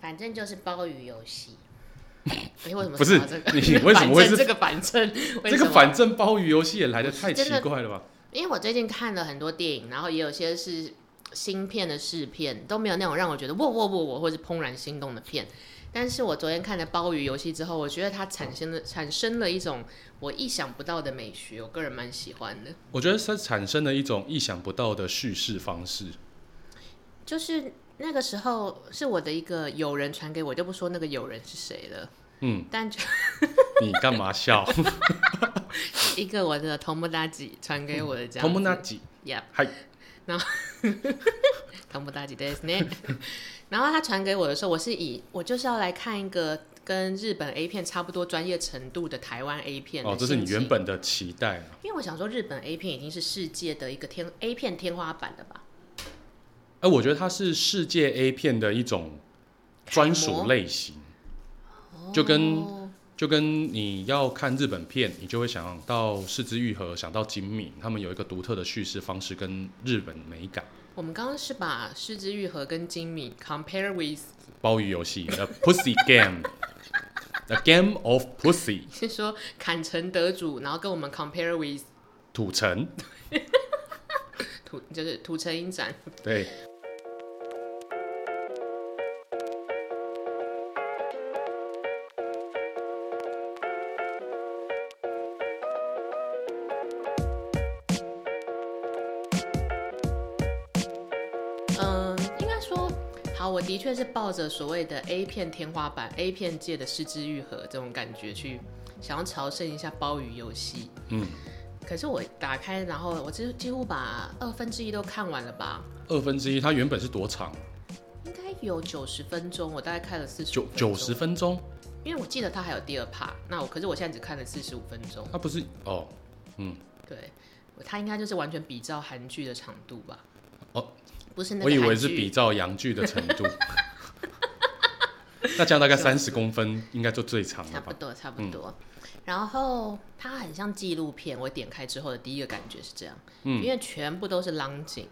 反正就是包鱼游 戏。哎、为什么不是说到这个？你 为什么会反是正这个反正？为 这什个么反正包鱼游戏也来的太真奇的怪了吧？因为我最近看了很多电影，然后也有些是新片的试片，都没有那种让我觉得哇哇哇哇或者怦然心动的片。但是我昨天看了《鲍鱼游戏》之后，我觉得它产生了产生了一种我意想不到的美学，我个人蛮喜欢的。我觉得它产生了一种意想不到的叙事 方式。就是那个时候是我的一个友人传给我，就不说那个友人是谁了，嗯，但就你干嘛笑？一个我的同木大吉传给我的这样子。同不那几 Yep，嗨同不大吉ですね。 然后他传给我的时候，我是以我就是要来看一个跟日本 A 片差不多专业程度的台湾 A 片的哦，这是你心情原，本的期待啊。因为我想说日本 A 片已经是世界的一个天 A 片天花板了吧？哎，我觉得它是世界 A 片的一种专属类型，就跟哦就跟你要看日本片，你就会想到《四肢愈合》，想到金敏，他们有一个独特的叙事方式跟日本美感。我们刚刚是把《失之愈合》跟《精米》compare with，包鱼游戏 The Pussy Game，The Game of Pussy，是说砍成得主，然后跟我们 compare with 土城。土就是土城影展。对，嗯，应该说，好，我的确是抱着所谓的 A 片天花板、A 片界的失之愈合这种感觉去想要朝圣一下鲍鱼游戏。嗯，可是我打开，然后我几几乎把二分之一都看完了吧，二分之一，它原本是多长？应该有九十分钟，我大概看了四十九九十，分钟？因为我记得它还有第二 part，那我可是我现在只看了四十五分钟，它不是哦对，它应该就是完全比照韩剧的长度吧。哦，不是那个我以为韩是剧比照洋剧的程 度。那这样大概三十公分应该就最长差了不吧？多，差不多。嗯然后它很像纪录片，我点开之后的第一个感觉是这样，嗯哦因为全部都是浪景。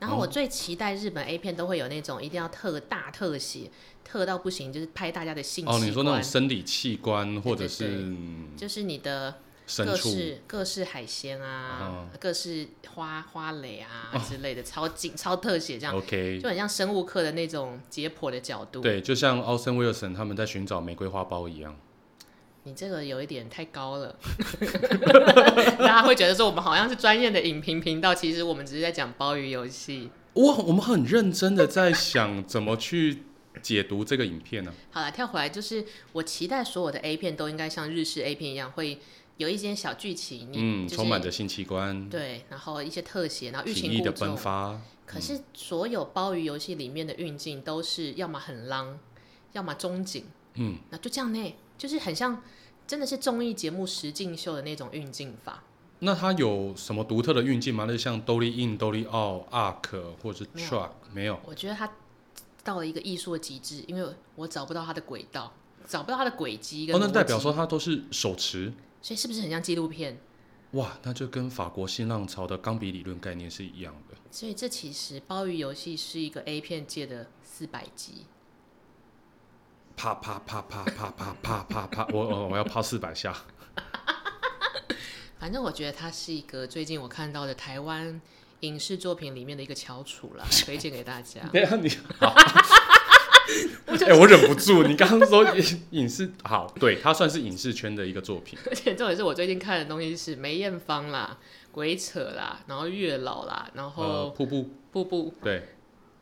然后我最期待日本 A 片都会有那种一定要特大特写，特到不行，就是拍大家的性器哦，官，你说那种生理器官或者对是就是你的深各处，哦式各式海鲜啊，各式花花蕾啊之类的，超紧超特写这样， OK，就很像生物课的那种解剖的角度。对，就像奥森威尔森他们在寻找玫瑰花苞一样。你这个有一点太高了， 大家会觉得说我们好像是专业的影评频道，其实我们只是在讲鲍鱼游戏。哇，我们很认真的在想怎么去解读这个影 片呢、啊好了，跳回来就是我期待所有的 A 片都应该像日式 A 片一样，会有一些小剧情，你嗯，就是、充满着性器官，对，然后一些特写，然后欲情擒意故的嗯迸纵。发。可是所有鲍鱼游戏里面的运镜都是要么很浪，要么中景，嗯，那就这样呢，就是很像真的是综艺节目实境秀的那种运镜法。那它有什么独特的运镜吗？那像 Dolly In、Dolly Out、Arc 或者是没有 Truck 没有？我觉得他到了一个艺术的极致，因为我找不到他的轨道，找不到他的轨迹跟哦，那逻代表辑说它都是手持。所以是不是很像纪录片？哇，那就跟法国新浪潮的钢笔理论概念是一样的。所以这其实《鲍鱼游戏》是一个 A 片界的四百集，啪啪啪啪啪啪啪啪啪，我我我要啪四百下。反正我觉得它是一个最近我看到的台湾影视作品里面的一个翘楚啦，推荐给大家。 等一下你，好哎、我忍不住，你刚刚说影 影视好，对，它算是影视圈的一个作品。而且重点是我最近看的东西是梅艳芳啦、鬼扯啦，然后月老啦，然呃，后瀑布，步步。对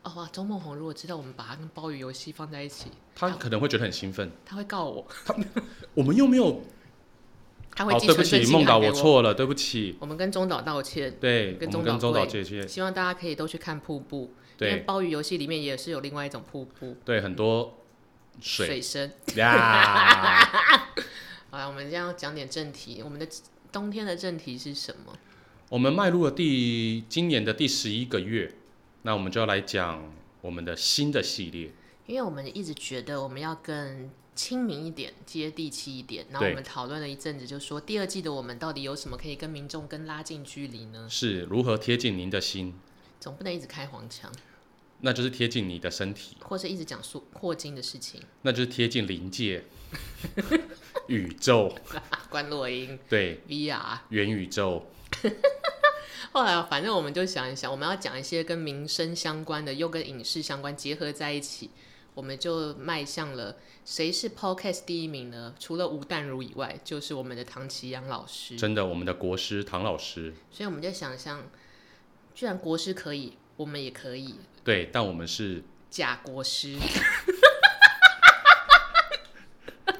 哦哇，周梦红如果知道我们把它跟《鲍鱼游戏》放在一起，他可能会觉得很兴奋。他会告我，我们又没有，他会好，寄哦对不存证，起信梦函导，给我错了，对不起。我们跟中岛道歉，对，跟我中们跟岛中岛贵借借。希望大家可以都去看瀑布，因为对鲍鱼游戏里面也是有另外一种瀑布对，很多水声。呀。好了，我们这样讲点正题，我们的冬天的正题是什么？我们迈入了第今年的第十一个月，那我们就要来讲我们的新的系列。因为我们一直觉得我们要更亲民一点、接地气一点，然后对我们讨论了一阵子，就说第二季的我们到底有什么可以跟民众更拉近距离呢？是如何贴近您的心？总不能一直开黄腔。那就是贴近你的身体，或是一直讲说霍金的事情，那就是贴近灵界、宇宙，啊关洛英对， VR。元宇宙。 后来反正我们就想一想，我们要讲一些跟民生相关的，又跟影视相关结合在一起，我们就迈向了谁是 Podcast 第一名呢？除了吴淡如以外，就是我们的唐奇阳老师。真的，我们的国师唐老师，所以我们就想象，居然国师可以，我们也可以，对，但我们是，假国师。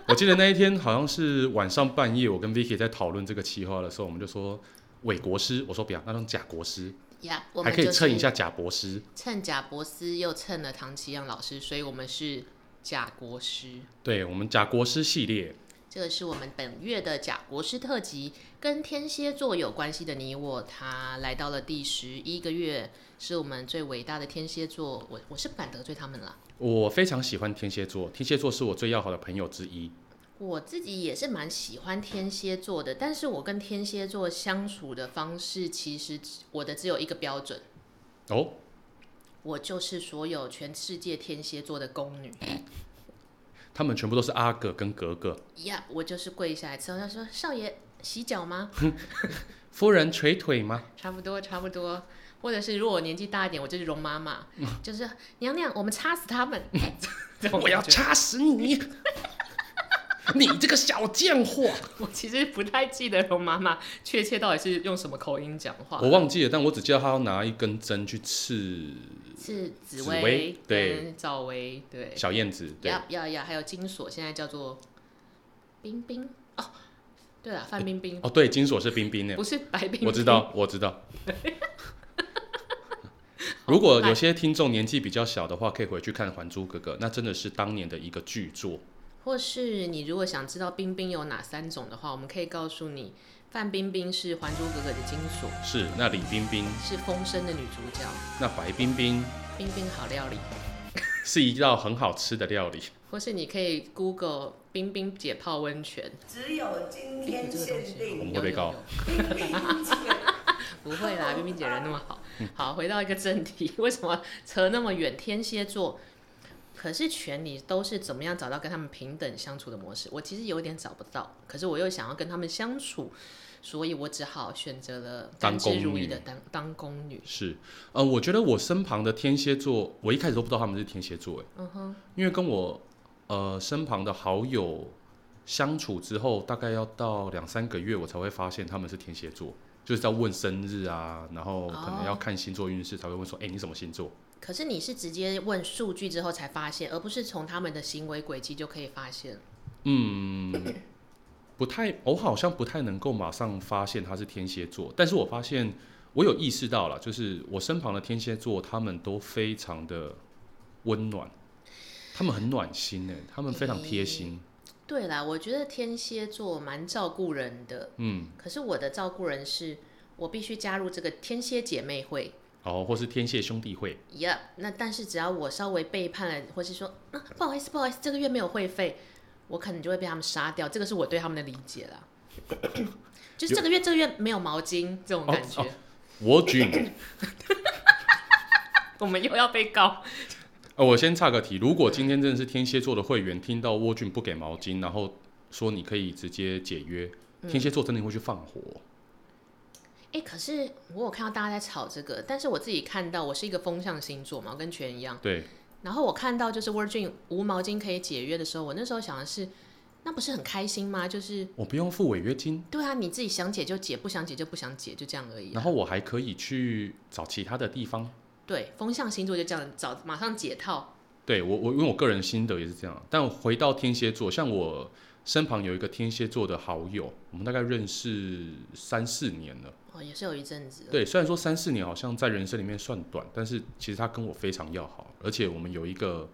我记得那一天好像是晚上半夜，我跟 Vicky 在讨论这个企划的时候，我们就说伪国师，我说不要，那种假国师，呀、我还们可以就是蹭一下假博师。趁贾伯斯又蹭了唐奇阳老师，所以我们是贾国师。对我们假国师系列，这个是我们本月的贾国师特辑，跟天蝎座有关系的你我他来到了第十一个月，是我们最伟大的天蝎座。我我是不敢得罪他们啦，我非常喜欢天蝎座，天蝎座是我最要好的朋友之一。我自己也是蛮喜欢天蝎座的，但是我跟天蝎座相处的方式，其实我的只有一个标准，哦，我就是所有全世界天蝎座的宫女。他们全部都是阿哥跟格格。呀我就是跪下来之后，他说：“少爷洗脚吗？”夫人捶腿吗？差不多，差不多。或者是如果我年纪大一点，我就是容妈 妈，就是娘娘，我们插死他们。 这种 我要感觉插死 你！你这个小贱货！ 我其实不太记得容妈妈确切到底是用什么口音讲话。 我忘记了，但我只记得他要拿一根针去刺是紫紫薇对跟赵薇，对，小燕子。对，呀呀呀，还有金锁，现在叫做冰冰哦，对了，范冰冰哦，对，金锁是冰冰的，不是白冰冰，我知。道，我知道。如果有些听众年纪比较小的话，可以回去看《还珠格格》，那真的是当年的一个巨作。或是你如果想知道冰冰有哪三种的话，我们可以告诉你，范冰冰是《还珠格格》的金锁，是，那李冰冰，是风声的女主角。那白冰冰冰冰好料理，是一道很好吃的料理。或是你可以 Google 冰冰姐泡温泉，只有今天限我定。们会被告有。有有不会啦，冰冰姐人那么好。好，回到一个正题，为什么扯那么远？天蝎座，可是全你都是怎么样找到跟他们平等相处的模式？我其实有点找不到，可是我又想要跟他们相处，所以我只好选择了甘之如饴的当当宫女。是，呃，我觉得我身旁的天蝎座，我一开始都不知道他们是天蝎座，哎，嗯哼，因为跟我呃身旁的好友相处之后，大概要到两三个月，我才会发现他们是天蝎座，就是在问生日啊，然后可哦能要看星座运势才会问说，哎、你什么星座？可是你是直接问数据之后才发现，而不是从他们的行为轨迹就可以发现。嗯，不太，我好像不太能够马上发现他是天蝎座，但是我发现我有意识到了，就是我身旁的天蝎座，他们都非常的温暖，他们很暖心呢，他们非常贴心，对啦，我觉得天蝎座蛮照顾人的，嗯，可是我的照顾人是我必须加入这个天蝎姐妹会。然哦后或是天蝎兄弟会， Yep，那但是只要我稍微背叛了，或是说、啊、不好意思，不好意思，这个月没有会费，我可能就会被他们杀掉。这个是我对他们的理解 啦。就是这个月这个月没有毛巾这种感觉，哦我举你。我们又要被告。呃，我先岔个题，如果今天真的是天蝎座的会员听到沃俊不给毛巾，然后说你可以直接解约，天蝎座真的会去放火。哎、可是我有看到大家在吵这个，但是我自己看到我是一个风象星座嘛，我跟全一样。对，然后我看到就是 Virgin 无毛巾可以解约的时候，我那时候想的是，那不是很开心吗？就是我不用付违约金，对啊，你自己想解就解，不想解就不想解，就这样而已、然啊。后我还可以去找其他的地方。对，风象星座就这样，早马上解套。对我，我因为我个人心得也是这样。但回到天蝎座，像我身旁有一个天蝎座的好友，我们大概认识三四年了。哦，也是有一阵子。，对，虽然说三四年好像在人生里面算短，但是其实他跟我非常要好，而且我们有一个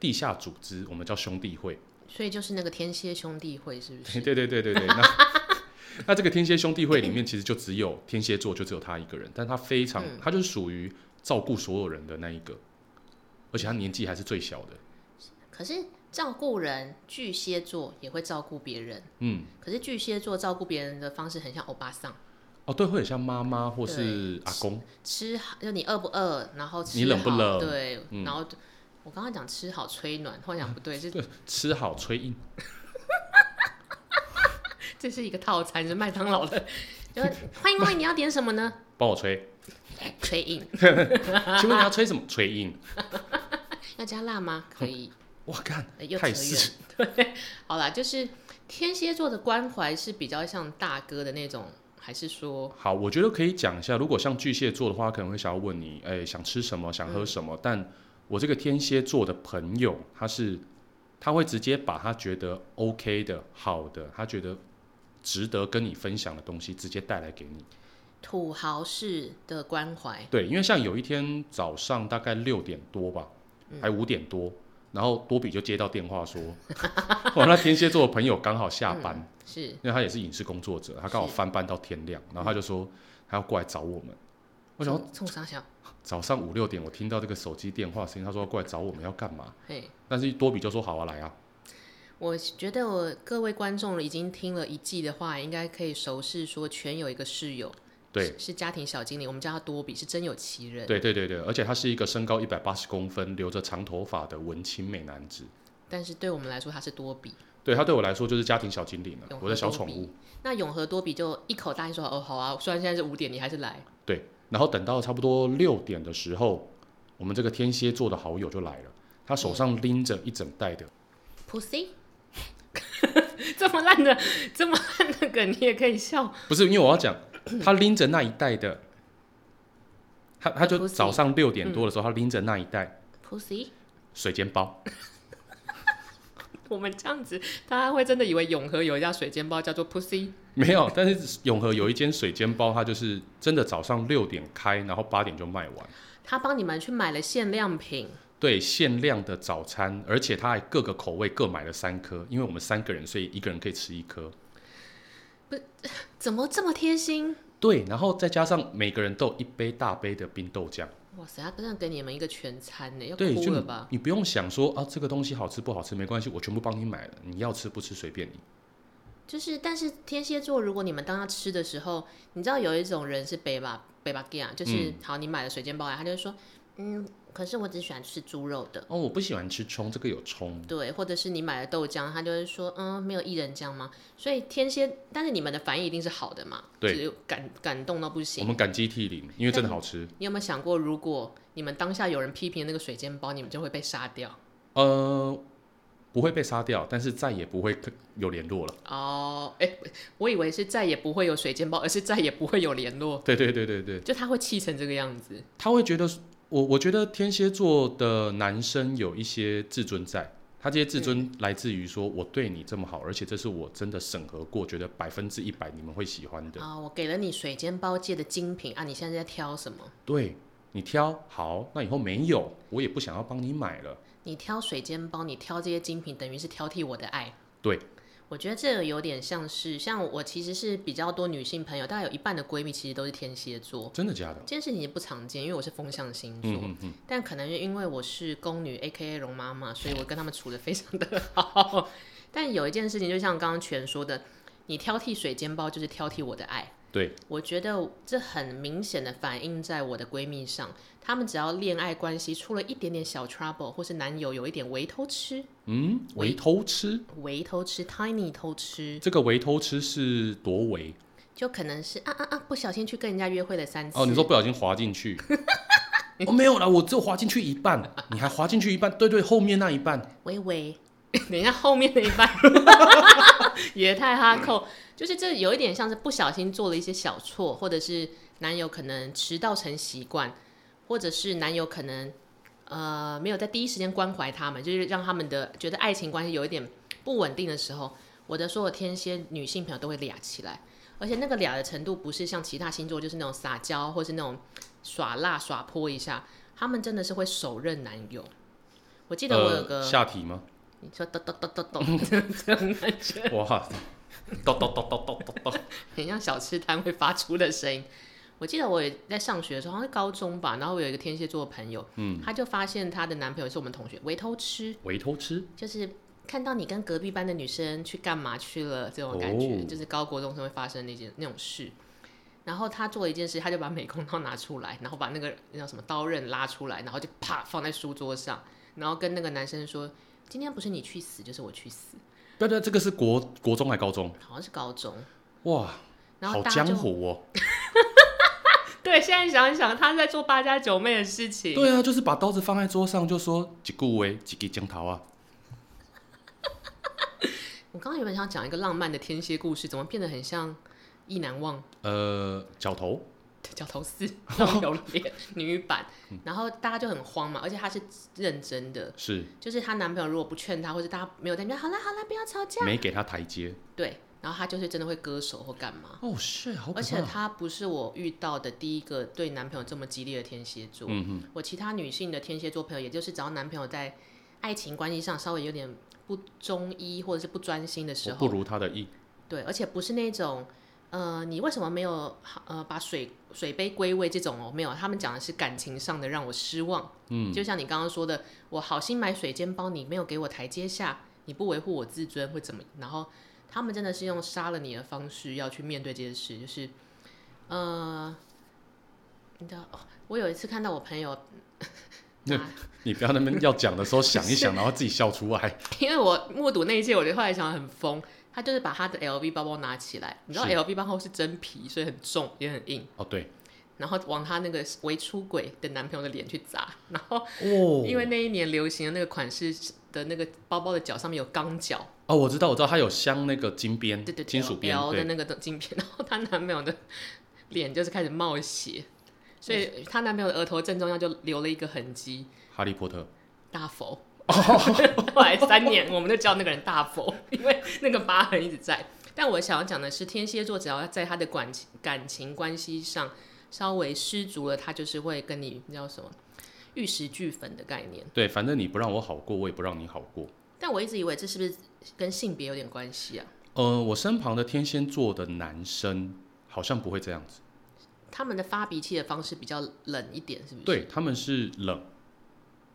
地下组织，我们叫兄弟会。 所以就是那个天蝎兄弟会，是不是？对对对对对，那 那这个天蝎兄弟会里面其实就只有天蝎座，就只有他一个人，但他非常，嗯他就是属于照顾所有人的那一个，而且他年纪还是最小的。可是照顾人，巨蟹座也会照顾别人。嗯，可是巨蟹座照顾别人的方式很像欧巴桑，哦，对，会很像妈妈或是对阿公，吃好，就你饿不饿，然后吃你冷不好冷对，嗯然后我刚刚讲吃好吹暖，后来讲不 对，这对，吃好吹硬，这是一个套餐，是麦当劳 的。就是欢迎光临，你要点什么呢？帮我吹。吹硬，请问你要吹什么？吹硬。要加辣吗？可 以，哇，看呃又扯泰远式。好啦，就是天蝎座的关怀是比较像大哥的那种，还是说 好，我觉得可以讲一下。如果像巨蟹座的话，可能会想要问你，哎、想吃什么，想喝嗯什么。但我这个天蝎座的朋友，他是他会直接把他觉得 OK 的、好的，他觉得值得跟你分享的东西，直接带来给你。土豪式的关怀？对，因为像有一天早上大概六点多吧，嗯还五点多，然后多比就接到电话说， 哇，那天蝎座的朋友刚好下班，是因为他也是影视工作者，他刚嗯好是翻班到天亮，然后他就说他要过来找我们。我想说冲冲傻笑，早上五六点，我听到这个手机电话声音，他说要过来找我们要干嘛？嘿。但是多比就说好啊，来啊，我觉得我各位观众已经听了一季的话，应该可以熟视说全有一个室友，对是，是家庭小精灵，我们叫他多比，是真有其人。对对对对，而且他是一个身高一百八十公分、留着长头发的文青美男子。但是对我们来说，他是多比。对他对我来说就是家庭小精灵了、永和我的小多宠比物。那永和多比就一口答应说：“哦，好啊，虽然现在是五点，你还是来。对，然后等到差不多六点的时候，我们这个天蝎座的好友就来了，他手上拎着一整袋的， ”Pussy，这么烂的，这么烂的梗你也可以笑。不是因为我要讲，他拎着那一袋的，他他就 Pussy 早上六点多的时候，他拎着那一袋 Pussy，水煎包， 我们这样子，大家会真的以为永和有一家水煎包叫做 Pussy。没有，但是永和有一间水煎包，它就是真的早上六点开，然后八点就卖完，他帮你们去买了限量品，对，限量的早餐，而且他还各个口味各买了三颗，因为我们三个人，所以一个人可以吃一颗。怎么这么贴心？对，然后再加上每个人都有一杯大杯的冰豆浆。哇塞，他真的给你们一个全餐呢，要对，哭就了你吧？你不用想说啊，这个东西好吃不好吃没关系，我全部帮你买了，你要吃不吃随便你。就是，但是天蝎座，如果你们当他吃的时候，你知道有一种人是北吧北吧 gay 啊，嗯就是、好，你买了水煎包来，他就会说，嗯，可是我只喜欢吃猪肉的，哦，我不喜欢吃葱，这个 有葱。对，或者是你买了豆浆，他就会说，嗯，没有薏仁浆吗？所以天蝎，但是你们的反应一定是好的嘛，对，感感动到不我行。们感激涕零，因为真的好吃。你有没有想过，如果你们当下有人批评那个水煎包，你们就会被杀掉？呃，不会被杀掉，但是再也不会有联络了。哦，哎、我以为是再也不会有水煎包，而是再也不会有联络。对对对对对，就他会气成这个样子。他会觉得我，我觉得天蝎座的男生有一些自尊在，他这些自尊来自于说我对你这么好，而且这是我真的审核过，觉得百分之一百你们会喜欢的。啊、我给了你水煎包界的精品啊，你现在在挑什么？对你挑好，那以后没有，我也不想要帮你买了。你挑水煎包，你挑这些精品，等于是挑剔我的爱。对，我觉得这个有点像是，像我其实是比较多女性朋友，大概有一半的闺蜜其实都是天蝎座。真的假的这？件事情不常见，因为我是风象星座，嗯嗯嗯，但可能因为我是宫女 A K A 龙妈妈，所以我跟他们处的非常的好。 但有一件事情，就像刚刚全说的，你挑剔水煎包就是挑剔我的爱。对，我觉得这很明显的反映在我的闺蜜上，她们只要恋爱关系出了一点点小 trouble，或是男友有一点围偷吃、嗯，围围偷吃，围偷吃、tiny 偷吃，这个围偷吃是多围就可能是啊啊啊，不小心去跟人家约会了三次。哦。你说不小心滑 进去，哦，没有啦，我只有滑进去一半，你还滑进去一半，对对，后面那一半，微微， 等一下后面那一半 也太哈扣，就是这有一点像是不小心做了一些小错，或者是男友可能迟到成习惯，或者是男友可能呃没有在第一时间关怀他们，就是让他们的觉得爱情关系有一点不稳定的时候，我的所有天蝎女性朋友都会俩起来。而且那个俩的程度不是像其他星座，就是那种撒娇或是那种耍辣耍泼一下，他们真的是会手刃男友。我记得我有个、呃、下体 吗？你说抖抖抖抖抖这种感觉，哇，咚咚咚咚咚咚咚， 很像小吃摊会发出的声音。我记得我也在上学的时候，好像是高中吧，然后我有一个天蝎座的朋友，嗯，她就发现她的男朋友是我们同学，围偷吃，围偷吃，就是看到你跟隔壁班的女生去干嘛去了这种感觉，哦就是高国中生会发生的一件那种事。然后他做一件事，他就把美工刀拿出来，然后把那个那叫什么刀刃拉出来，然后就啪放在书桌上，然后跟那个男生说：“今天不是你去死，就是我去死。不要不要，这个是国国中还高中”好像是高中，哇，然后好大家江就湖哦。对，现在想一想，他在做八家九妹的事情。对啊，就是把刀子放在桌上，就说几顾为几个江桃啊。我刚刚原本想讲一个浪漫的天蝎故事，怎么变得很像意难忘？呃，脚头，角头 四上有脸女版，嗯 然后大家就很慌嘛，而且她是认真的，是就是她男朋友如果不劝她，或者大家没有在那边好啦好啦不要吵架，没给他台阶。对，然后她就是真的会割手或干嘛，哦，是好可而且怕。她不是我遇到的第一个对男朋友这么激烈的天蝎座，嗯哼，我其他女性的天蝎座朋友，也就是只要男朋友在爱情关系上稍微有点不中医或者是不专心的时我候不，如他的意。对，而且不是那种，呃，你为什么没有呃把水水杯归位这种哦？没有，他们讲的是感情上的让我失望。嗯，就像你刚刚说的，我好心买水煎包，你没有给我台阶下，你不维护我自尊会怎么？然后他们真的是用杀了你的方式要去面对这件事，就是，呃，你知道，哦我有一次看到我朋友 拿你不要那边要讲的时候想 一想，然后自己笑出来。因为我目睹那一切，我就后来想得很疯。他就是把他的 LV 包包拿起来，你知道是 LV 包包是真皮，所以很重也很硬，哦，对，然后往他那个为出轨的男朋友的脸去砸。然后哦，因为那一年流行的那个款式的那个包包的角上面有钢角，哦，我知道，我知道，它有镶那个金边，对对对金属边， L 的对，那个镜片， 然后她男朋友的脸就是开始冒血，所哦以她男朋友的额头正中央就留了一个痕迹，哈利波特。大佛。哦 后来三年，我们就叫那个人大佛， 因为那个疤痕一直在。但我想要讲的是，天蝎座只要在他的感情感情关系上稍微失足了，他就是会跟你你叫什么玉石俱焚的概念。对，反正你不让我好过，我也不让你好过。但我一直以为这是不是跟性别有点关系啊？呃，我身旁的天蝎座的男生好像不会这样子，他们的发脾气的方式比较冷一点，是不是？，对他们是冷，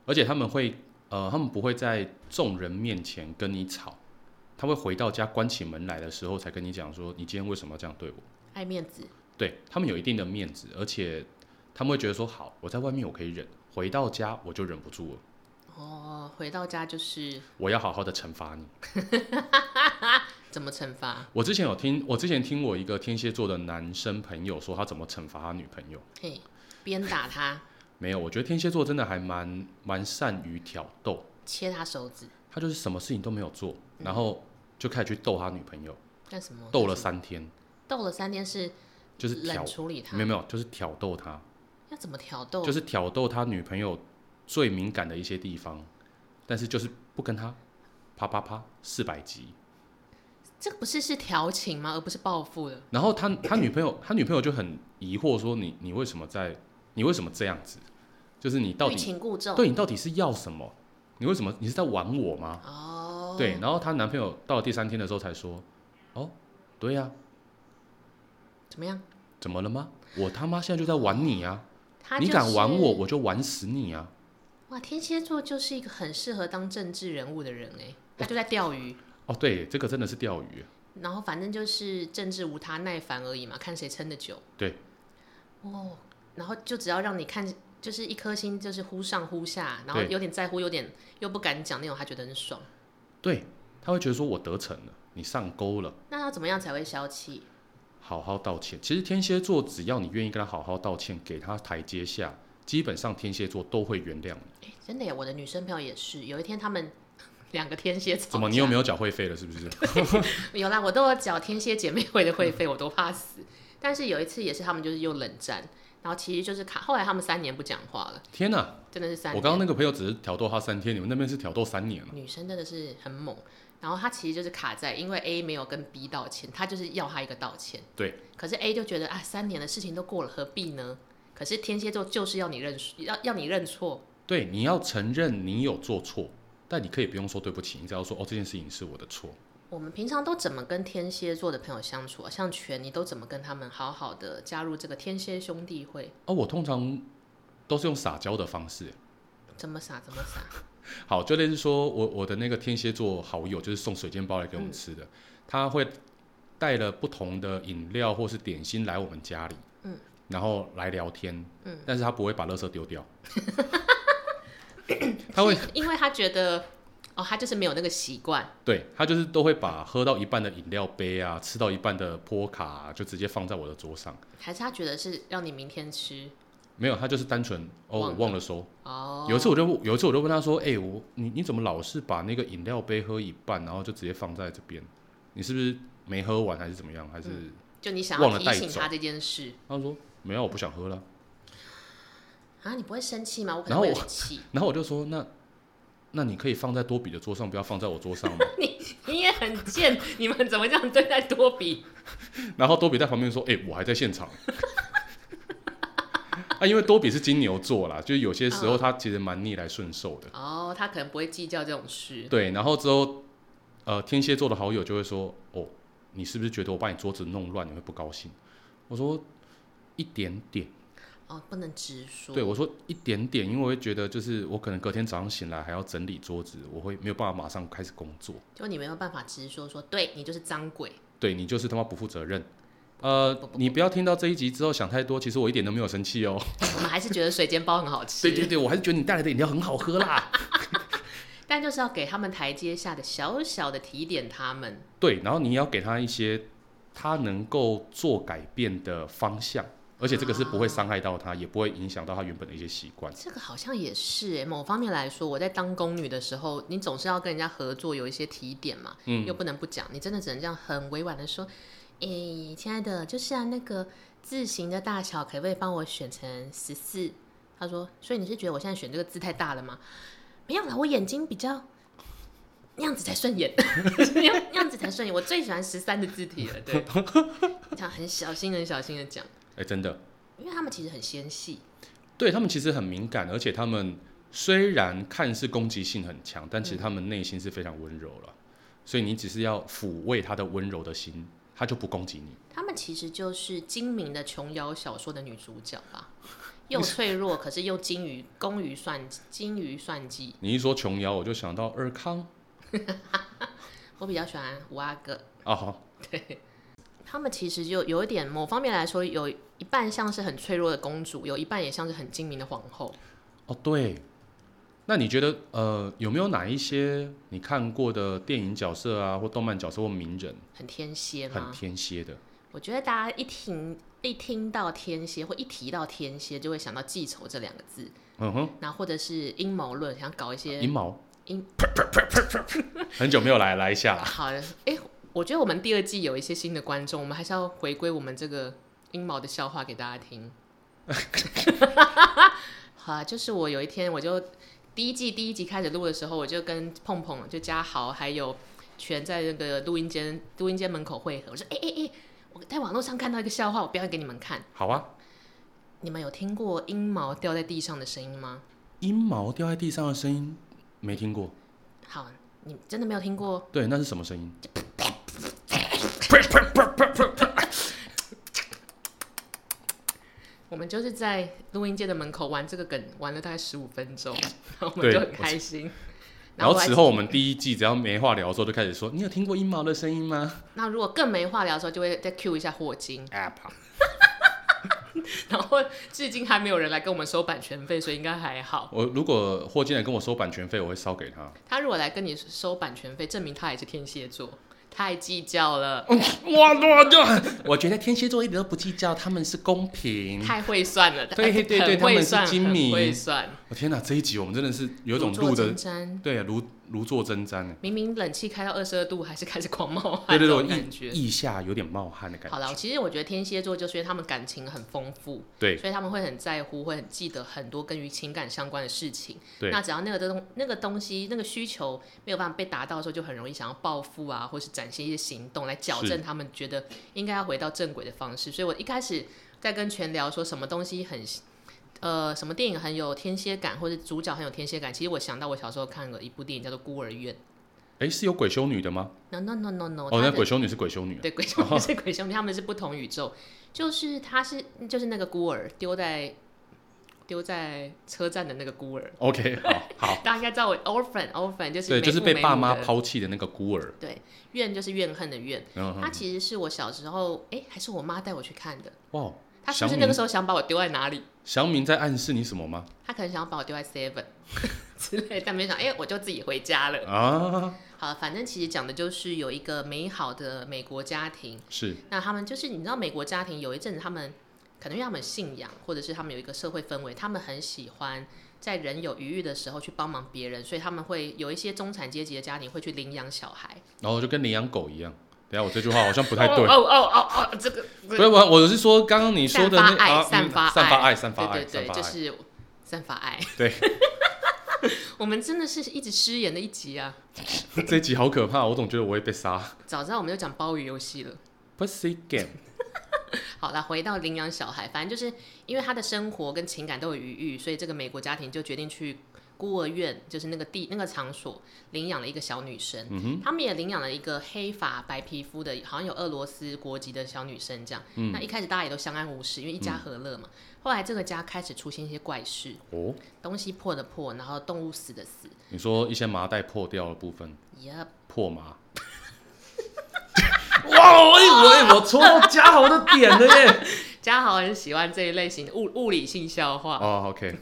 而且他们会呃，他们不会在众人面前跟你吵，他会回到家关起门来的时候才跟你讲说，你今天为什么要这样对我？爱面子。对他们有一定的面子，而且他们会觉得说，好，我在外面我可以忍，回到家我就忍不住了，哦，回到家就是我要好好的惩罚你。怎么惩罚？我之前有听，我之前听我一个天蝎座的男生朋友说他怎么惩罚他女朋友。嘿，鞭打他，没有，我觉得天蝎座真的还蛮蛮善于挑逗，切他手指，他就是什么事情都没有做，嗯然后就开始去逗他女朋友，干什么？逗了三天，斗了三天是就是挑哦冷，处理他，没有没有，就是挑逗他，要怎么挑逗？就是挑逗他女朋友最敏感的一些地方，但是就是不跟他，啪啪啪四百集，这个不是是调情吗？而不是报复的。然后他他女朋友 他女朋友就很疑惑说你你为什么在你为什么这样子，就是你到欲底擒故纵。对你到底是要什么？你为什么？你是在玩我吗？哦，对，，然后她男朋友到了第三天的时候才说，哦，对呀、怎么样？怎么了吗？我他妈现在就在玩你啊！他、你敢玩我，？我就玩死你啊！哇，天蝎座就是一个很适合当政治人物的人哎，他就在钓鱼，哦，对，这个真的是钓鱼，然后反正就是政治无他耐烦而已嘛，看谁撑得久。对。哦，然后就只要让你看，就是一颗心就是忽上忽下，然后对有点在乎，有点又不敢讲那种，他觉得很爽。对，他会觉得说我得逞了，你上钩了，那要怎么样才会消气？好好道歉。其实天蝎座只要你愿意跟他好好道歉，给他台阶下，基本上天蝎座都会原谅你。诶真的耶，我的女生朋友也是，有一天他们两个天蝎怎怎么，你有没有缴会费了？是不是？有啦，我都有缴天蝎姐妹会的嗯会费，我都怕死。但是有一次也是他们就是又冷战，然后其实就是卡，后来他们三年不讲话了，天哪、真的是三嗯我年。刚刚那个朋友只是挑逗他三天，你们那边是挑逗三年了。女生真的是很猛，然后她其实就是卡在，因为 A 没有跟 B 道歉，她就是要她一个道歉。对。可是 A 就觉得啊，三年的事情都过了，何必呢？可是天蝎座就是要你认输，要要你认错，对，你要承认你有做错，但你可以不用说对不起，你只要说哦，这件事情是我的错。我们平常都怎么跟天蝎座的朋友相处啊？像全，你都怎么跟他们好好的加入这个天蝎兄弟会？哦，我通常都是用撒娇的方式。欸怎么撒怎么撒？好，就类嗯似说我我的那个天蝎座好友，就是送水煎包来给我们吃的，他会带了不同的饮料或是点心来我们家里，嗯，然后来聊天，嗯，但是他不会把垃圾 丢掉，他会是因为他觉得哦，他就是没有那个习惯，对他就是都会把喝到一半的饮料杯啊，吃到一半的波卡啊、就直接放在我的桌上，还是他觉得是让你明天吃没有，他就是单纯哦，忘我了忘了收。哦。有一次我就有一次我就问他说：“哎、我你你怎么老是把那个饮料杯喝一半，然后就直接放在这边？你是不是没喝完还是怎么样？还是、就你想忘要了提带醒走他这件事他说没有，我不想喝了。 啊，你不会生气吗？我可能然后会有我点气， 然后我就说那那你可以放在多比的桌上，不要放在我桌上吗？ 你也很贱，你们怎么这样对待多比？然后多比在旁边说：哎、我还在现场。 啊，因为多比是金牛座啦，就是有些时嗯候他其实蛮逆来顺受的。哦，他可能不会计较这种事，对，然后之后呃，天蝎座的好友就会说：哦，你是不是觉得我把你桌子弄乱，你会不高兴？我说一点点。哦，不能直说。对，我说一点点，因为我会觉得就是我可能隔天早上醒来还要整理桌子，我会没有办法马上开始工作。就你没有办法直说说，对你就是脏鬼。对你就是他妈不负责任。呃不不，不你不要听到这一集之后想太多，其实我一点都没有生气哦。 我们还是觉得水煎包很好吃，对对对，我还是觉得你带来的饮料很好喝啦。但就是要给他们台阶下的，小小的提点他们。对，然后你要给他一些他能够做改变的方向，而且这个是不会伤害到他，也不会影响到他原本的一些习惯。这个好像也是、欸，某方面来说，我在当宫女的时候，你总是要跟人家合作，有一些提点嘛，嗯又不能不讲，你真的只能这样很委婉的说，诶、亲爱的，就是啊，那个字形的大小可不可以帮我选成十四？他说，所以你是觉得我现在选这个字太大了吗？没有啦，我眼睛比较那样子才顺眼， 那样那样子才顺眼，我最喜欢十三的字体了，对， 这样很小心很小心的讲，哎，真的，因为他们其实很纤细，对他们其实很敏感，而且他们虽然看似攻击性很强，但其实他们内心是非常温柔了。所以你只是要抚慰他的温柔的心，他就不攻击你。他们其实就是精明的琼瑶小说的女主角吧，又脆弱，可是又精于工于算精于算计。你一说琼瑶，我就想到尔康我比较喜欢五阿哥，啊，好，他们其实就有一点某方面来说，有一半像是很脆弱的公主，有一半也像是很精明的皇后。哦对。那你觉得呃有没有哪一些你看过的电影角色啊，或动漫角色或名人很天蝎很吗？天蝎的？我觉得大家一听一听到天蝎，或一提到天蝎，就会想到记仇这两个字，嗯哼，然后或者是阴谋论，想搞一些阴谋阴。 很久没有来，来一下啦。好的，哎、我觉得我们第二季有一些新的观众，我们还是要回归我们这个阴毛的笑话给大家听。 好啊，就是我有一天，我就第一季第一集开始录的时候，我就跟碰碰、就嘉豪还有全在那个录音间录音间门口汇合。我说：“哎哎哎，我在网络上看到一个笑话，我表演给你们看。好啊，你们有听过阴毛掉在地上的声音吗？阴毛掉在地上的声音没听过，好，你真的没有听过？对，那是什么声音？我们就是在录音界的门口玩这个梗，玩了大概十五分 钟，然后我们就很开心。然后我还此后，我们第一季只要没话聊的时候，就开始说：“你有听过阴毛的声音吗那如果更没话聊的时候，就会再 Q 一下霍金。 ？”App 然后至今还没有人来跟我们收版权费，所以应该还好。我如果霍金来跟我收版权费，我会烧给他。他如果来跟你收版权费，证明他也是天蝎座，太计较了，嗯哇，我就我觉得天蝎座一点都不计较，他们是公平。太会算了。对对对很他们会是算，精明很会算，我、天哪，这一集我们真的是有一种如坐录的针，毡。对啊，如如坐针毡欸明明冷气开到二十二度，还是开始狂冒对汗，对这对，种我感觉。腋腋下有点冒汗的感好了，觉。其实我觉得天蝎座就是因为他们感情很丰富，对所以他们会很在乎，会很记得很多跟于情感相关的事情。对那只要那个东那个东西那个需求没有办法被达到的时候，就很容易想要报复啊，或是展现一些行动来矫正他们觉得应该要回到正轨的方式。所以我一开始在跟全聊说什么东西很。呃，什么电影很有天蝎感，或者主角很有天蝎感？其实我想到我小时候看了一部电影叫做《孤儿院哎，是有鬼修女的吗？》 ，no no no no no，哦，它那的鬼修女是鬼修女啊。对， 鬼兄弟是鬼兄弟，他们是不同宇宙。就是他是就是那个孤儿丢在丢在车站的那个孤儿， OK，好 好，大家应该知道我 orphan orphan 就是对，没就是父被没爸母妈的，抛弃的那个孤儿。对，怨就是怨恨的怨。嗯它哼，其实是我小时候，哎、还是我妈带我去看的。哇，她是不祥是明那个时候想把我丢在哪里？祥明在暗示你什么吗？她可能想要把我丢在 seven 之类，但没想，哎、我就自己回家了。啊，好，反正其实讲的就是有一个美好的美国家庭，是，那他们就是你知道，美国家庭有一阵子他们可能因为他们信仰，或者是他们有一个社会氛围，他们很喜欢在人有余裕的时候去帮忙别人，所以他们会有一些中产阶级的家庭会去领养小孩。然后就跟领养狗一样。等一下我这句话好像不 太对哦，哦哦哦哦，这个不是我，我是说刚刚你说的那散发爱啊，散嗯发散发爱爱，散发爱，对散对发对，就爱。是散发爱。对， 我们真的是一直失言的一集啊！这一集好可怕，我总觉得我会被杀。早知道我们就讲鲍鱼游戏了。 Pussy game，好了，回到领养小孩，反正就是因为他的生活跟情感都有余裕，所以这个美国家庭就决定去孤儿院，就是那个地那个场所领养了一个小女生。嗯哼，他们也领养了一个黑发白皮肤的，好像有俄罗斯国籍的小女生这样。嗯那一开始大家也都相安无事，因为一家和乐嘛。后来这个家开始出现一些怪事，哦，东西破的破，然后动物死的死。你说一些麻袋破掉的部分， Yep，破麻。哇，我以为我戳到嘉豪的点了耶。嘉豪很喜欢这一类型的物物理性笑话。哦，OK，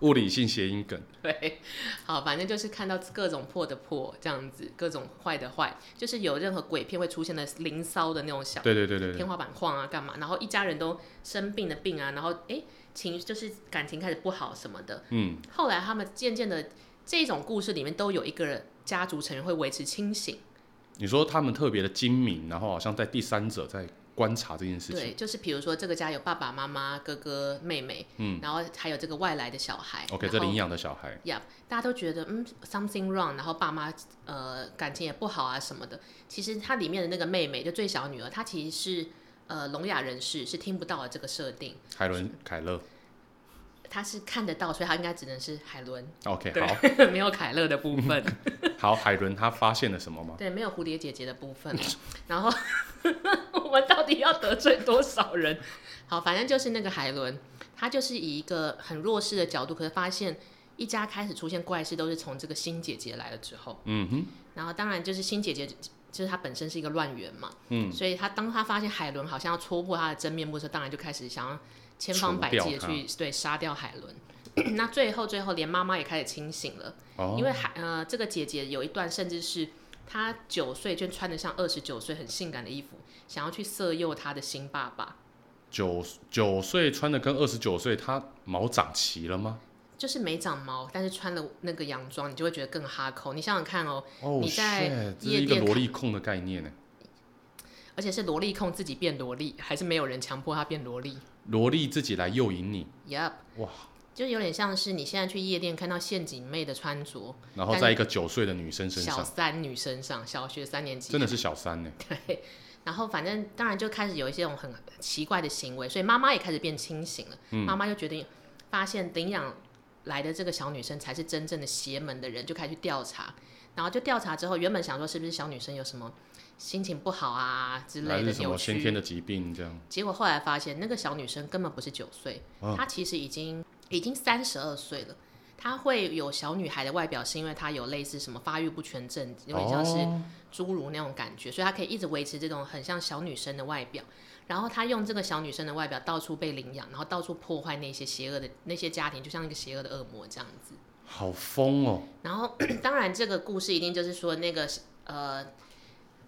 物 理性谐音梗。对，好，反正就是看到各种破的破这样子，各种坏的坏，就是有任何鬼片会出现的零骚的那种小对对对对对天。花板晃啊，干嘛？然后一家人都生病的病啊，然后哎情就是感情开始不好什么的。嗯，后来他们渐渐的，这种故事里面都有一个人家族成员会维持清醒，你说他们特别的精明，然后好像在第三者在观察这件事情。对，就是比如说这个家有爸爸妈妈、哥哥、妹妹，嗯然后还有这个外来的小孩。 ，OK，这然后领养的小孩， y e 大家都觉得嗯 something wrong，然后爸妈呃感情也不好啊什么的。其实它里面的那个妹妹，就最小女儿，她其实是呃聋哑人士，是听不到的这个设定，海伦凯勒。她是看得到，所以她应该只能是海伦， OK，好对， 没有凯乐的部分，好，海伦她发现了什么吗？对，没有蝴蝶姐姐的部分。然后 我们到底要得罪多少人？好，反正就是那个海伦，她就是以一个很弱势的角度，可是发现一家开始出现怪事，都是从这个新姐姐来了之后。嗯哼，然后当然就是新姐姐，就是她本身是一个乱源嘛，嗯，所以她当她发现海伦好像要戳破她的真面目的时候，当然就开始想要千方百计的除去对杀掉海伦。 那最后最后连妈妈也开始清醒了，哦因，为海呃这个姐姐有一段甚至是她九岁就穿的像二十九岁很性感的衣服，想要去色诱她的新爸爸。九九岁穿的跟二十九岁，她毛长齐了吗？就是没长毛，但是穿了那个洋装，你就会觉得更哈扣。你想想看哦，哦，你在 shit，这夜是一个店萝看莉控的概念呢。而且是萝莉控自己变萝莉，还是没有人强迫她变萝莉萝莉自己来诱引你， ？Yup。哇，就有点像是你现在去夜店看到陷阱妹的穿着，然后但在一个九岁的女生身小上，三女身上，小学三年级真的是小三呢。 对。然后反正当然就开始有一些种很奇怪的行为，所以妈妈也开始变清醒了。嗯妈妈就决定发现领养来的这个小女生才是真正的邪门的人，就开始去调查。然后就调查之后，原本想说是不是小女生有什么心情不好啊之还类的是什扭么先天曲，啊的疾病这样？结果后来发现那个小女生根本不是九岁，啊，她其实已经已经三十二岁了。她会有小女孩的外表，是因为她有类似什么发育不全症，有点像是哦侏儒那种感觉，所以她可以一直维持这种很像小女生的外表。然后她用这个小女生的外表到处被领养，然后到处破坏那些邪恶的那些家庭，就像一个邪恶的恶魔这样子。好疯哦。然后当然这个故事一定就是说那个呃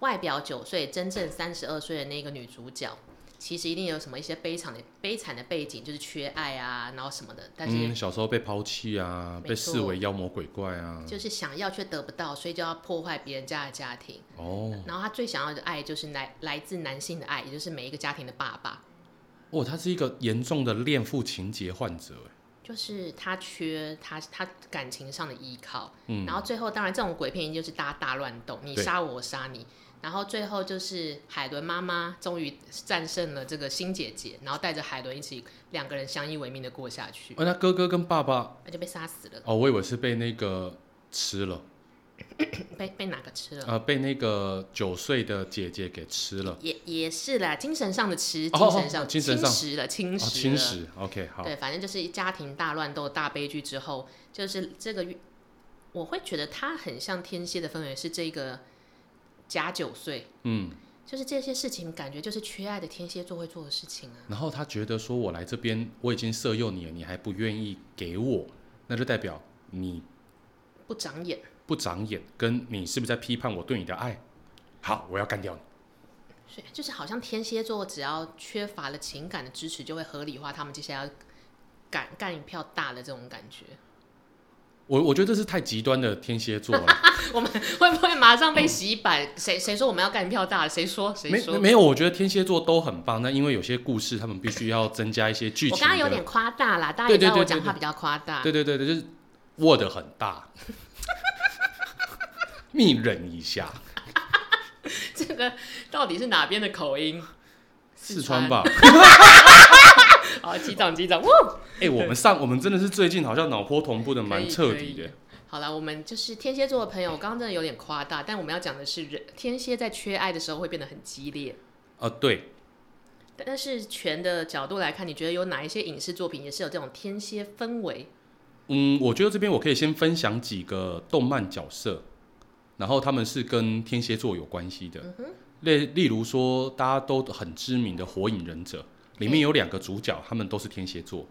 外表九岁，真正三十二岁的那个女主角，其实一定有什么一些悲惨的悲惨的背景，就是缺爱啊，然后什么的，但是嗯，小时候被抛弃啊，没被视错为妖魔鬼怪啊。就是想要却得不到，所以就要破坏别人家的家庭。哦，然后他最想要的爱就是来来自男性的爱，也就是每一个家庭的爸爸，哦，他是一个严重的恋父情节患者哎耶。就是他缺他他感情上的依靠。嗯，然后最后，当然这种鬼片一定就是大家大乱斗，你对杀我，我杀你。然后最后就是海伦妈妈终于战胜了这个新姐姐，然后带着海伦一起两个人相依为命的过哦下去，而他哥哥跟爸爸，呃那就被杀死了。哦，我以为是被那个吃了，被被哪个吃了？呃，被那个九岁的姐姐给吃了，也也是啦，精神上的吃，哦精神上哦精神上侵蚀了，侵哦，蚀了，侵蚀。OK，好，啊对，反正就是家庭大乱斗、大悲剧之后，就是这个月，我会觉得它很像天蝎的氛围，是这个甲九岁，嗯，就是这些事情感觉就是缺爱的天蝎座会做的事情啊。然后他觉得说我来这边我已经色诱你了，你还不愿意给我，那就代表你不长眼，不长眼，跟你是不是在批判我对你的爱？好，我要干 掉你。所以就是好像天蝎座只要缺乏了情感的支持，就会合理化他们接下来要干干一票大的这种感觉。 我我觉得这是太极端的天蝎座了，我们会不会马上被洗版？谁谁说我们要干一票大的？谁说？谁没说？没有，我觉得天蝎座都很棒，但因为有些故事他们必须要增加一些剧我情刚刚有点的。夸大啦，大家也知道对我对对对讲话对比较夸大。对对对对，就是 word 很大，密忍一下， 这个到底是哪边的口音？四川 吧。好，机长机长，哇，哎、我们上我们真的是最近好像脑波同步的可蛮以彻可底以的。好了，我们就是天蝎座的朋友，我刚刚真的有点夸大，但我们要讲的是人，天蝎在缺爱的时候会变得很激烈。呃，对，但是全的角度来看，你觉得有哪一些影视作品也是有这种天蝎氛围？嗯，我觉得这边我可以先分享几个动漫角色，然后他们是跟天蝎座有关系的。嗯例例如说，大家都很知名的《火影忍者》，里面有两个主角，他们都是天蝎座，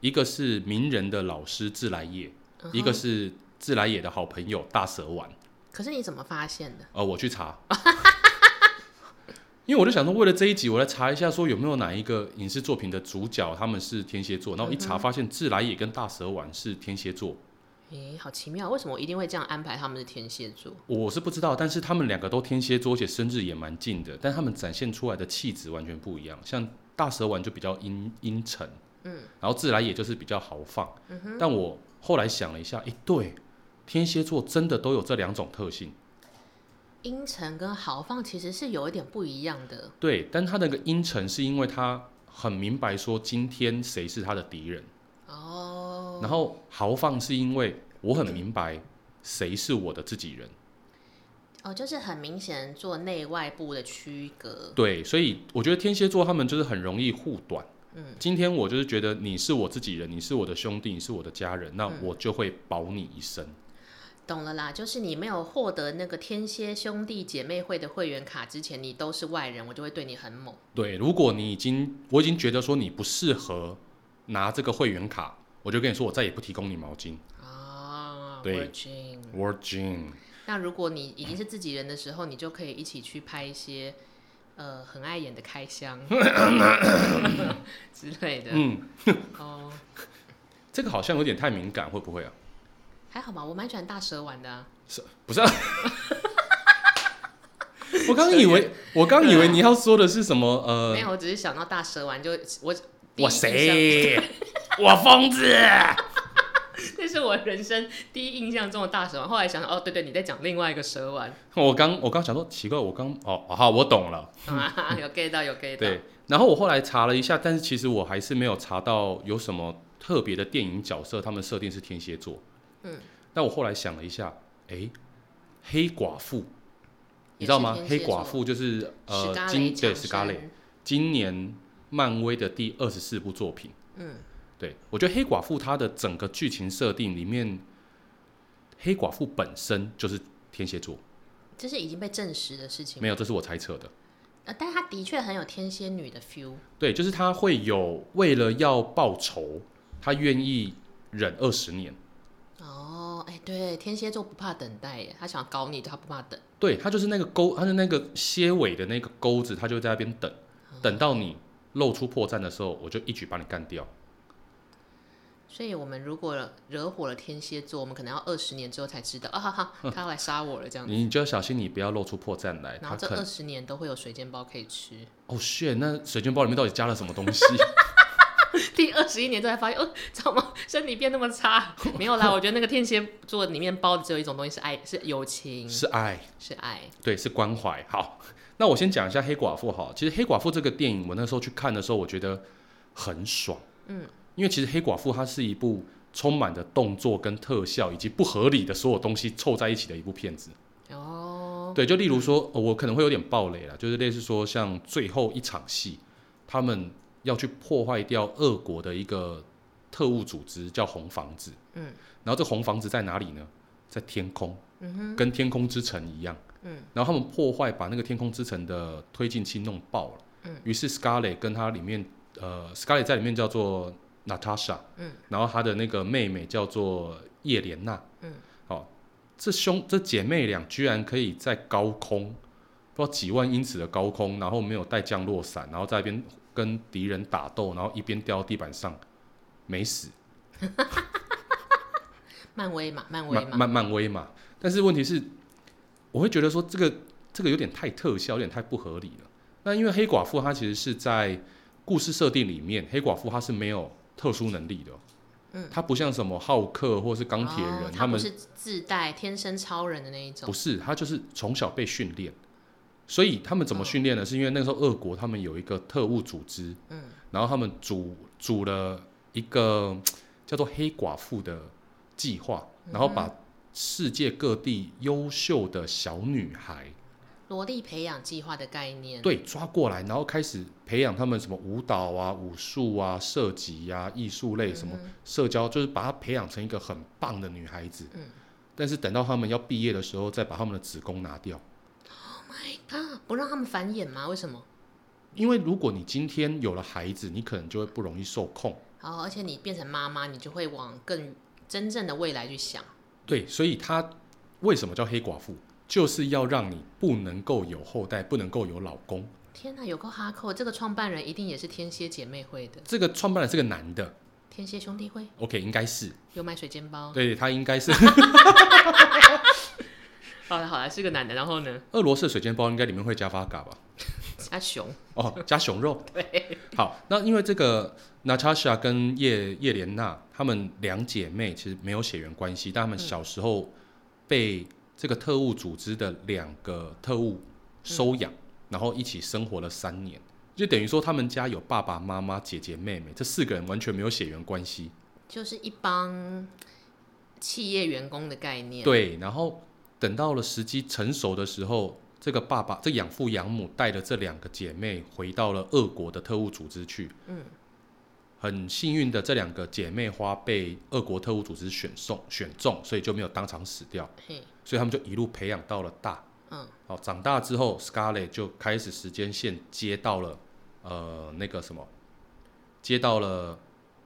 一个是鸣人的老师自来也，嗯哼一个是自来也的好朋友大蛇丸。可是你怎么发现的？呃，我去查， 因为我就想说，为了这一集，我来查一下，说有没有哪一个影视作品的主角他们是天蝎座，然后一嗯查发现自来也跟大蛇丸是天蝎座，诶、好奇妙，为什么我一定会这样安排他们是天蝎座？我是不知道，但是他们两个都天蝎座，而且生日也蛮近的，但他们展现出来的气质完全不一样，像大蛇丸就比较阴阴沉，嗯，然后自来也就是比较豪放，嗯、但我后来想了一下，诶，对，天蝎座真的都有这两种特性。阴沉跟豪放其实是有一点不一样的。对，但他那个阴沉是因为他很明白说今天谁是他的敌人，哦，然后豪放是因为我很明白谁是我的自己人。哦，就是很明显做内外部的区隔。对，所以我觉得天蝎座他们就是很容易护短。嗯，今天我就是觉得你是我自己人，你是我的兄弟，你是我的家人，嗯那我就会保你一生。懂了啦，就是你没有获得那个天蝎兄弟姐妹会的会员卡之前，你都是外人，我就会对你很猛。对，如果你已经我已经觉得说你不适合拿这个会员卡，我就跟你说我再也不提供你毛巾。啊对 Virgin。 Virgin，那如果你已经是自己人的时候，你就可以一起去拍一些呃很碍眼的开 箱之类的。嗯，哦，这个好像有点太敏感，会不会啊？还好吧，我蛮喜欢大蛇丸的、啊。是不是、啊？ 我刚以为，我刚以为你要说的是什么？呃啊没，有，我只是想到大蛇丸就我第一我印象？ 谁？我疯子！那是我人生第一印象中的大蛇丸。后来想想，哦，对对，你在讲另外一个蛇丸。我刚我刚想说奇怪，我刚哦哦好，我懂了。啊，有 get 到，有 get 到。对，然后我后来查了一下，但是其实我还是没有查到有什么特别的电影角色，他们设定是天蝎座。嗯，但我后来想了一下，诶，黑寡妇，你知道吗也？是黑天蝎座寡妇就是史呃嘉，今蕾对强史嘉蕾，生今年漫威的第二十四部作品。嗯，对我觉得黑寡妇她的整个剧情设定里面，黑寡妇本身就是天蝎座，这是已经被证实的事情。没有，这是我猜测的。呃，但她的确很有天蝎女的 feel。对，就是她会有为了要报仇，她愿意忍二十年。哦，哎，对，天蝎座不怕等待耶，他想搞你，他不怕等。对，她就是那个钩，她的那个蝎尾的那个钩子，她就在那边等，啊等到你露出破绽的时候，我就一举把你干掉。所以我们如果惹火了天蝎座，我们可能要二十年之后才知道啊，哈哈，他要来杀我了这样 子。你就要小心，你不要露出破绽来。然后她这可二十年都会有水煎包可以吃， 哦，shit，那水煎包里面到底加了什么东西？第二十一年之后才发现，哦，知道吗？身体变那么差， 没有啦。我觉得那个天蝎座里面包的只有一种东西是爱，是友情，是爱。是爱。对，是关怀。好， 那我先讲一下《黑寡妇》好。其实《黑寡妇》这个电影，我那时候去看的时候，我觉得很爽。嗯，因为其实《黑寡妇》它是一部充满的动作跟特效以及不合理的所有东西凑在一起的一部片子。哦，对，就例如说，呃我可能会有点暴雷了，就是类似说像最后一场戏，他们要去破坏掉俄国的一个特务组织，叫红房子。嗯，然后这红房子在哪里呢？在天空，嗯哼，跟天空之城一样。嗯，然后他们破坏，把那个天空之城的推进器弄爆了。嗯，于是 Scarlett 跟他里面，呃，Scarlett 在里面叫做 Natasha，嗯，然后她的那个妹妹叫做叶莲娜，嗯，好、这兄这姐妹俩居然可以在高空，不知道几万英尺的高空，然后没有带降落伞，然后在那边跟敌人打斗，然后一边掉到地板上，没死，漫威嘛，漫威漫嘛，漫漫威嘛。但是问题是，我会觉得说这个这个有点太特效，有点太不合理了。那因为黑寡妇她其实是在故事设定里面，黑寡妇她是没有特殊能力的哦，嗯她不像什么浩克或是钢铁人，哦他他不们是自带天生超人的那一种不，是，他就是从小被训练。所以他们怎么训练呢？是因为那时候俄国他们有一个特务组织，嗯，然后他们组组了一个叫做“黑寡妇”的计划，嗯然后把世界各地优秀的小女孩萝莉培养计划的概念，，对抓过来，然后开始培养他们什么舞蹈啊、武术啊、射击啊、艺术类什么嗯社交，就是把她培养成一个很棒的女孩子。嗯但是等到他们要毕业的时候，再把他们的子宫拿掉。啊，不让他们繁衍吗？为什么？因为如果你今天有了孩子，你可能就会不容易受控。然哦后，而且你变成妈妈，你就会往更真正的未来去想。对，所以她为什么叫黑寡妇，就是要让你不能够有后代，不能够有老公。天哪，有个哈扣，这个创办人一定也是天蝎姐妹会的，这个创办人是个男的天蝎兄弟会，OK，应该是，有买水煎包。对他应该是 好了好了，是个男的，然后呢，俄罗斯的水煎包，应该里面会加发嘎吧？阿雄，哦，加熊肉。对，好，那因为这个 Natasha 跟叶叶莲娜，她们两姐妹其实没有血缘关系，但她们小时候被这个特务组织的两个特务收养，然后一起生活了三年，就等于说她们家有爸爸妈妈、姐姐、妹妹，这四个人完全没有血缘关系。就是一帮企业员工的概念。，对，然后等到了时机成熟的时候，这个爸爸，这养父养母带着这两个姐妹回到了俄国的特务组织去。嗯，很幸运的，这两个姐妹花被俄国特务组织选送选中，所以就没有当场死掉，嘿，所以他们就一路培养到了大。嗯，好，长大之后，Scarlett 就开始时间线接到了呃那个什么，接到了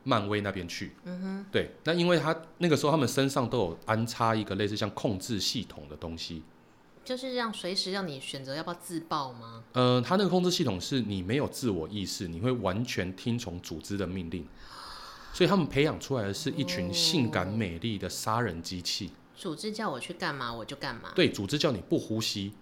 漫威那边去。嗯哼，对，那因为他那个时候他们身上都有安插一个类似像控制系统的东西，就是让随时让你选择要不要自爆吗？呃，他那个控制系统是你没有自我意识，你会完全听从组织的命令，所以他们培养出来的是一群性感美丽的杀人机器。组织叫我去干嘛我就干嘛，对，组织叫你不呼吸，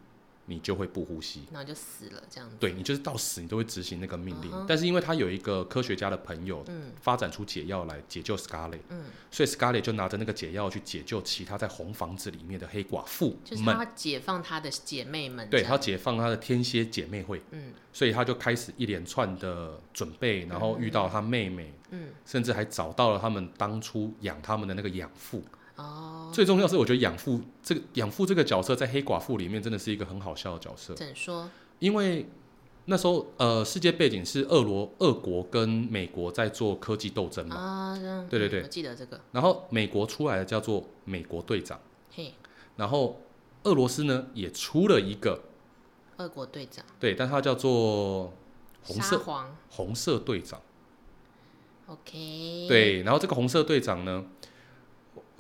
你就会不呼吸。然后就死了这样子。对你就是到死你都会执行那个命令。嗯哼但是因为他有一个科学家的朋友，嗯发展出解药来解救 Scarlet，、嗯，所以 Scarlet 就拿着那个解药去解救其他在红房子里面的黑寡妇就是们他。要解放他的姐妹们。对，这他样要解放他的天蝎姐妹会，嗯所以他就开始一连串的准备，然后遇到他妹妹，嗯，甚至还找到了他们当初养他们的那个养父。哦，最重要是，我觉得养父这个养父这个角色在黑寡妇里面真的是一个很好笑的角色，怎说？因为那时候呃，世界背景是俄罗俄国跟美国在做科技斗争嘛，啊，这样对对嗯对我记得这个。然后美国出来的叫做美国队长，嘿，然后俄罗斯呢也出了一个，俄国队长，对，但他叫做红沙色皇红色队长。 ，OK，，对，然后这个红色队长呢，呃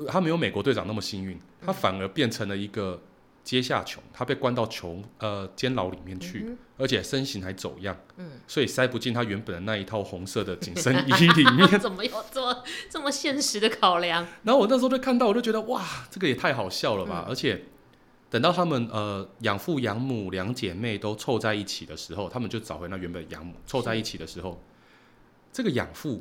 他没有美国队长那么幸运，他反而变成了一个阶下囚，他被关到囚呃监牢里面去，嗯而且身形还走样，嗯，所以塞不进他原本的那一套红色的紧身衣里面。怎么有这么这么现实的考量？然后我那时候就看到，我就觉得哇，这个也太好笑了吧！嗯而且等到他们呃养父养母两姐妹都凑在一起的时候，他们就找回那原本的养母凑在一起的时候，这个养父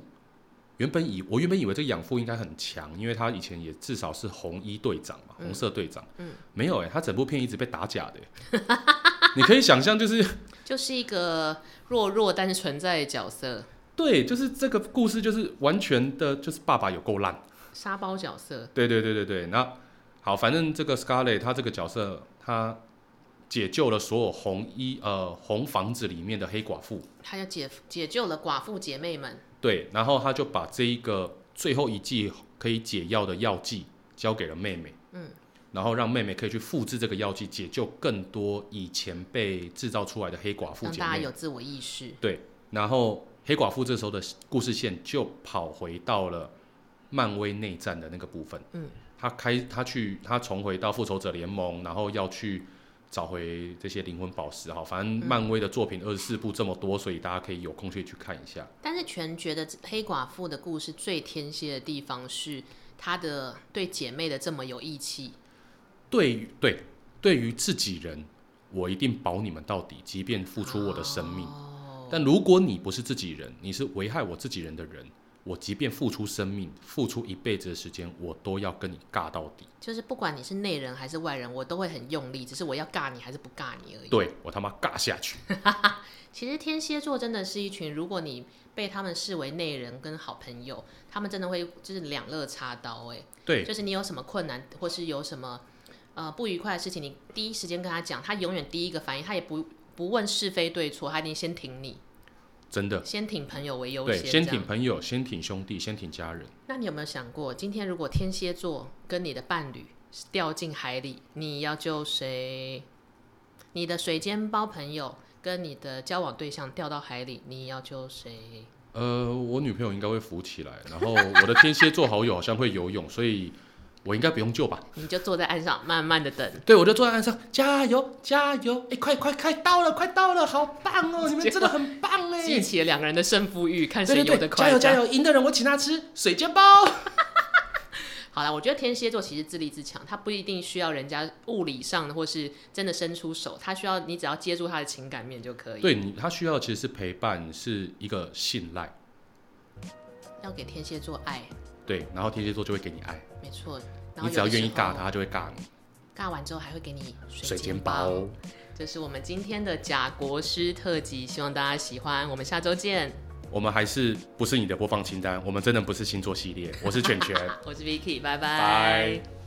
原本以我原本以为这个养父应该很强，因为他以前也至少是红衣队长嘛，嗯红色队长。嗯没有哎、他整部片一直被打假的 欸、你可以想象，就是就是一个弱弱但是存在的角色，对，就是这个故事就是完全的，就是爸爸有够烂。沙包角色，对对对对对，那好，反正这个 Scarlet 她这个角色，她解救了所有红衣呃红房子里面的黑寡妇，他就解解救了寡妇姐妹们。对，然后她就把这一个最后一剂可以解药的药剂交给了妹妹，嗯，然后让妹妹可以去复制这个药剂，解救更多以前被制造出来的黑寡妇让姐大家妹。有自我意识。然后黑寡妇这时候的故事线就跑回到了漫威内战的那个部分。嗯，他开他去他重回到复仇者联盟，然后要去找回这些灵魂宝石。哈，反正漫威的作品二十四部这么多，所以大家可以有空去去看一下。但是全觉得黑寡妇的故事最天蝎的地方是她的对姐妹的这么有义气，对于对对于自己人，我一定保你们到底，即便付出我的生命。哦、但如果你不是自己人，你是危害我自己人的人，我即便付出生命、付出一辈子的时间，我都要跟你尬到底。就是不管你是内人还是外人，我都会很用力，只是我要尬你还是不尬你而已。对我他妈尬下去。其实天蝎座真的是一群，如果你被他们视为内人跟好朋友，他们真的会就是两肋插刀、欸，对就是你有什么困难或是有什么呃不愉快的事情，你第一时间跟他讲，他永远第一个反应，他也不不问是非对错，他一定先挺你，真的，先挺朋友为优对，先，先这样挺朋友，先挺兄弟，先挺家人。那你有没有想过，今天如果天蝎座跟你的伴侣掉进海里，你要救谁？你的水煎包朋友跟你的交往对象掉到海里，你要救谁？呃，我女朋友应该会浮起来，然后我的天蝎座好友好像会游泳，所以我应该不用救吧？你就坐在岸上慢慢的等，对，我就坐在岸上，加油加油！哎、快快快到了，快到了，好 棒哦！你们真的很棒哎！激起了两个人的胜负欲，看谁对游对得对，快。加油这样加！油！赢的人我请他吃水煎包。好了，我觉得天蝎座其实自立自强，他不一定需要人家物理上的或是真的伸出手，他需要你只要接住他的情感面就可以。，对你，他需要其实是陪伴，是一个信赖。要给天蝎座爱，对，然后天蝎座就会给你爱，没错。然后你只要有的愿意时尬候他，他就会尬你。尬完之后还会给你水煎煎包。这是我们今天的假国师特辑，希望大家喜欢。我们下周见，我们还是不是你的播放清单，我们真的不是星座系列，我是犬犬。我是 Vicky，拜拜。拜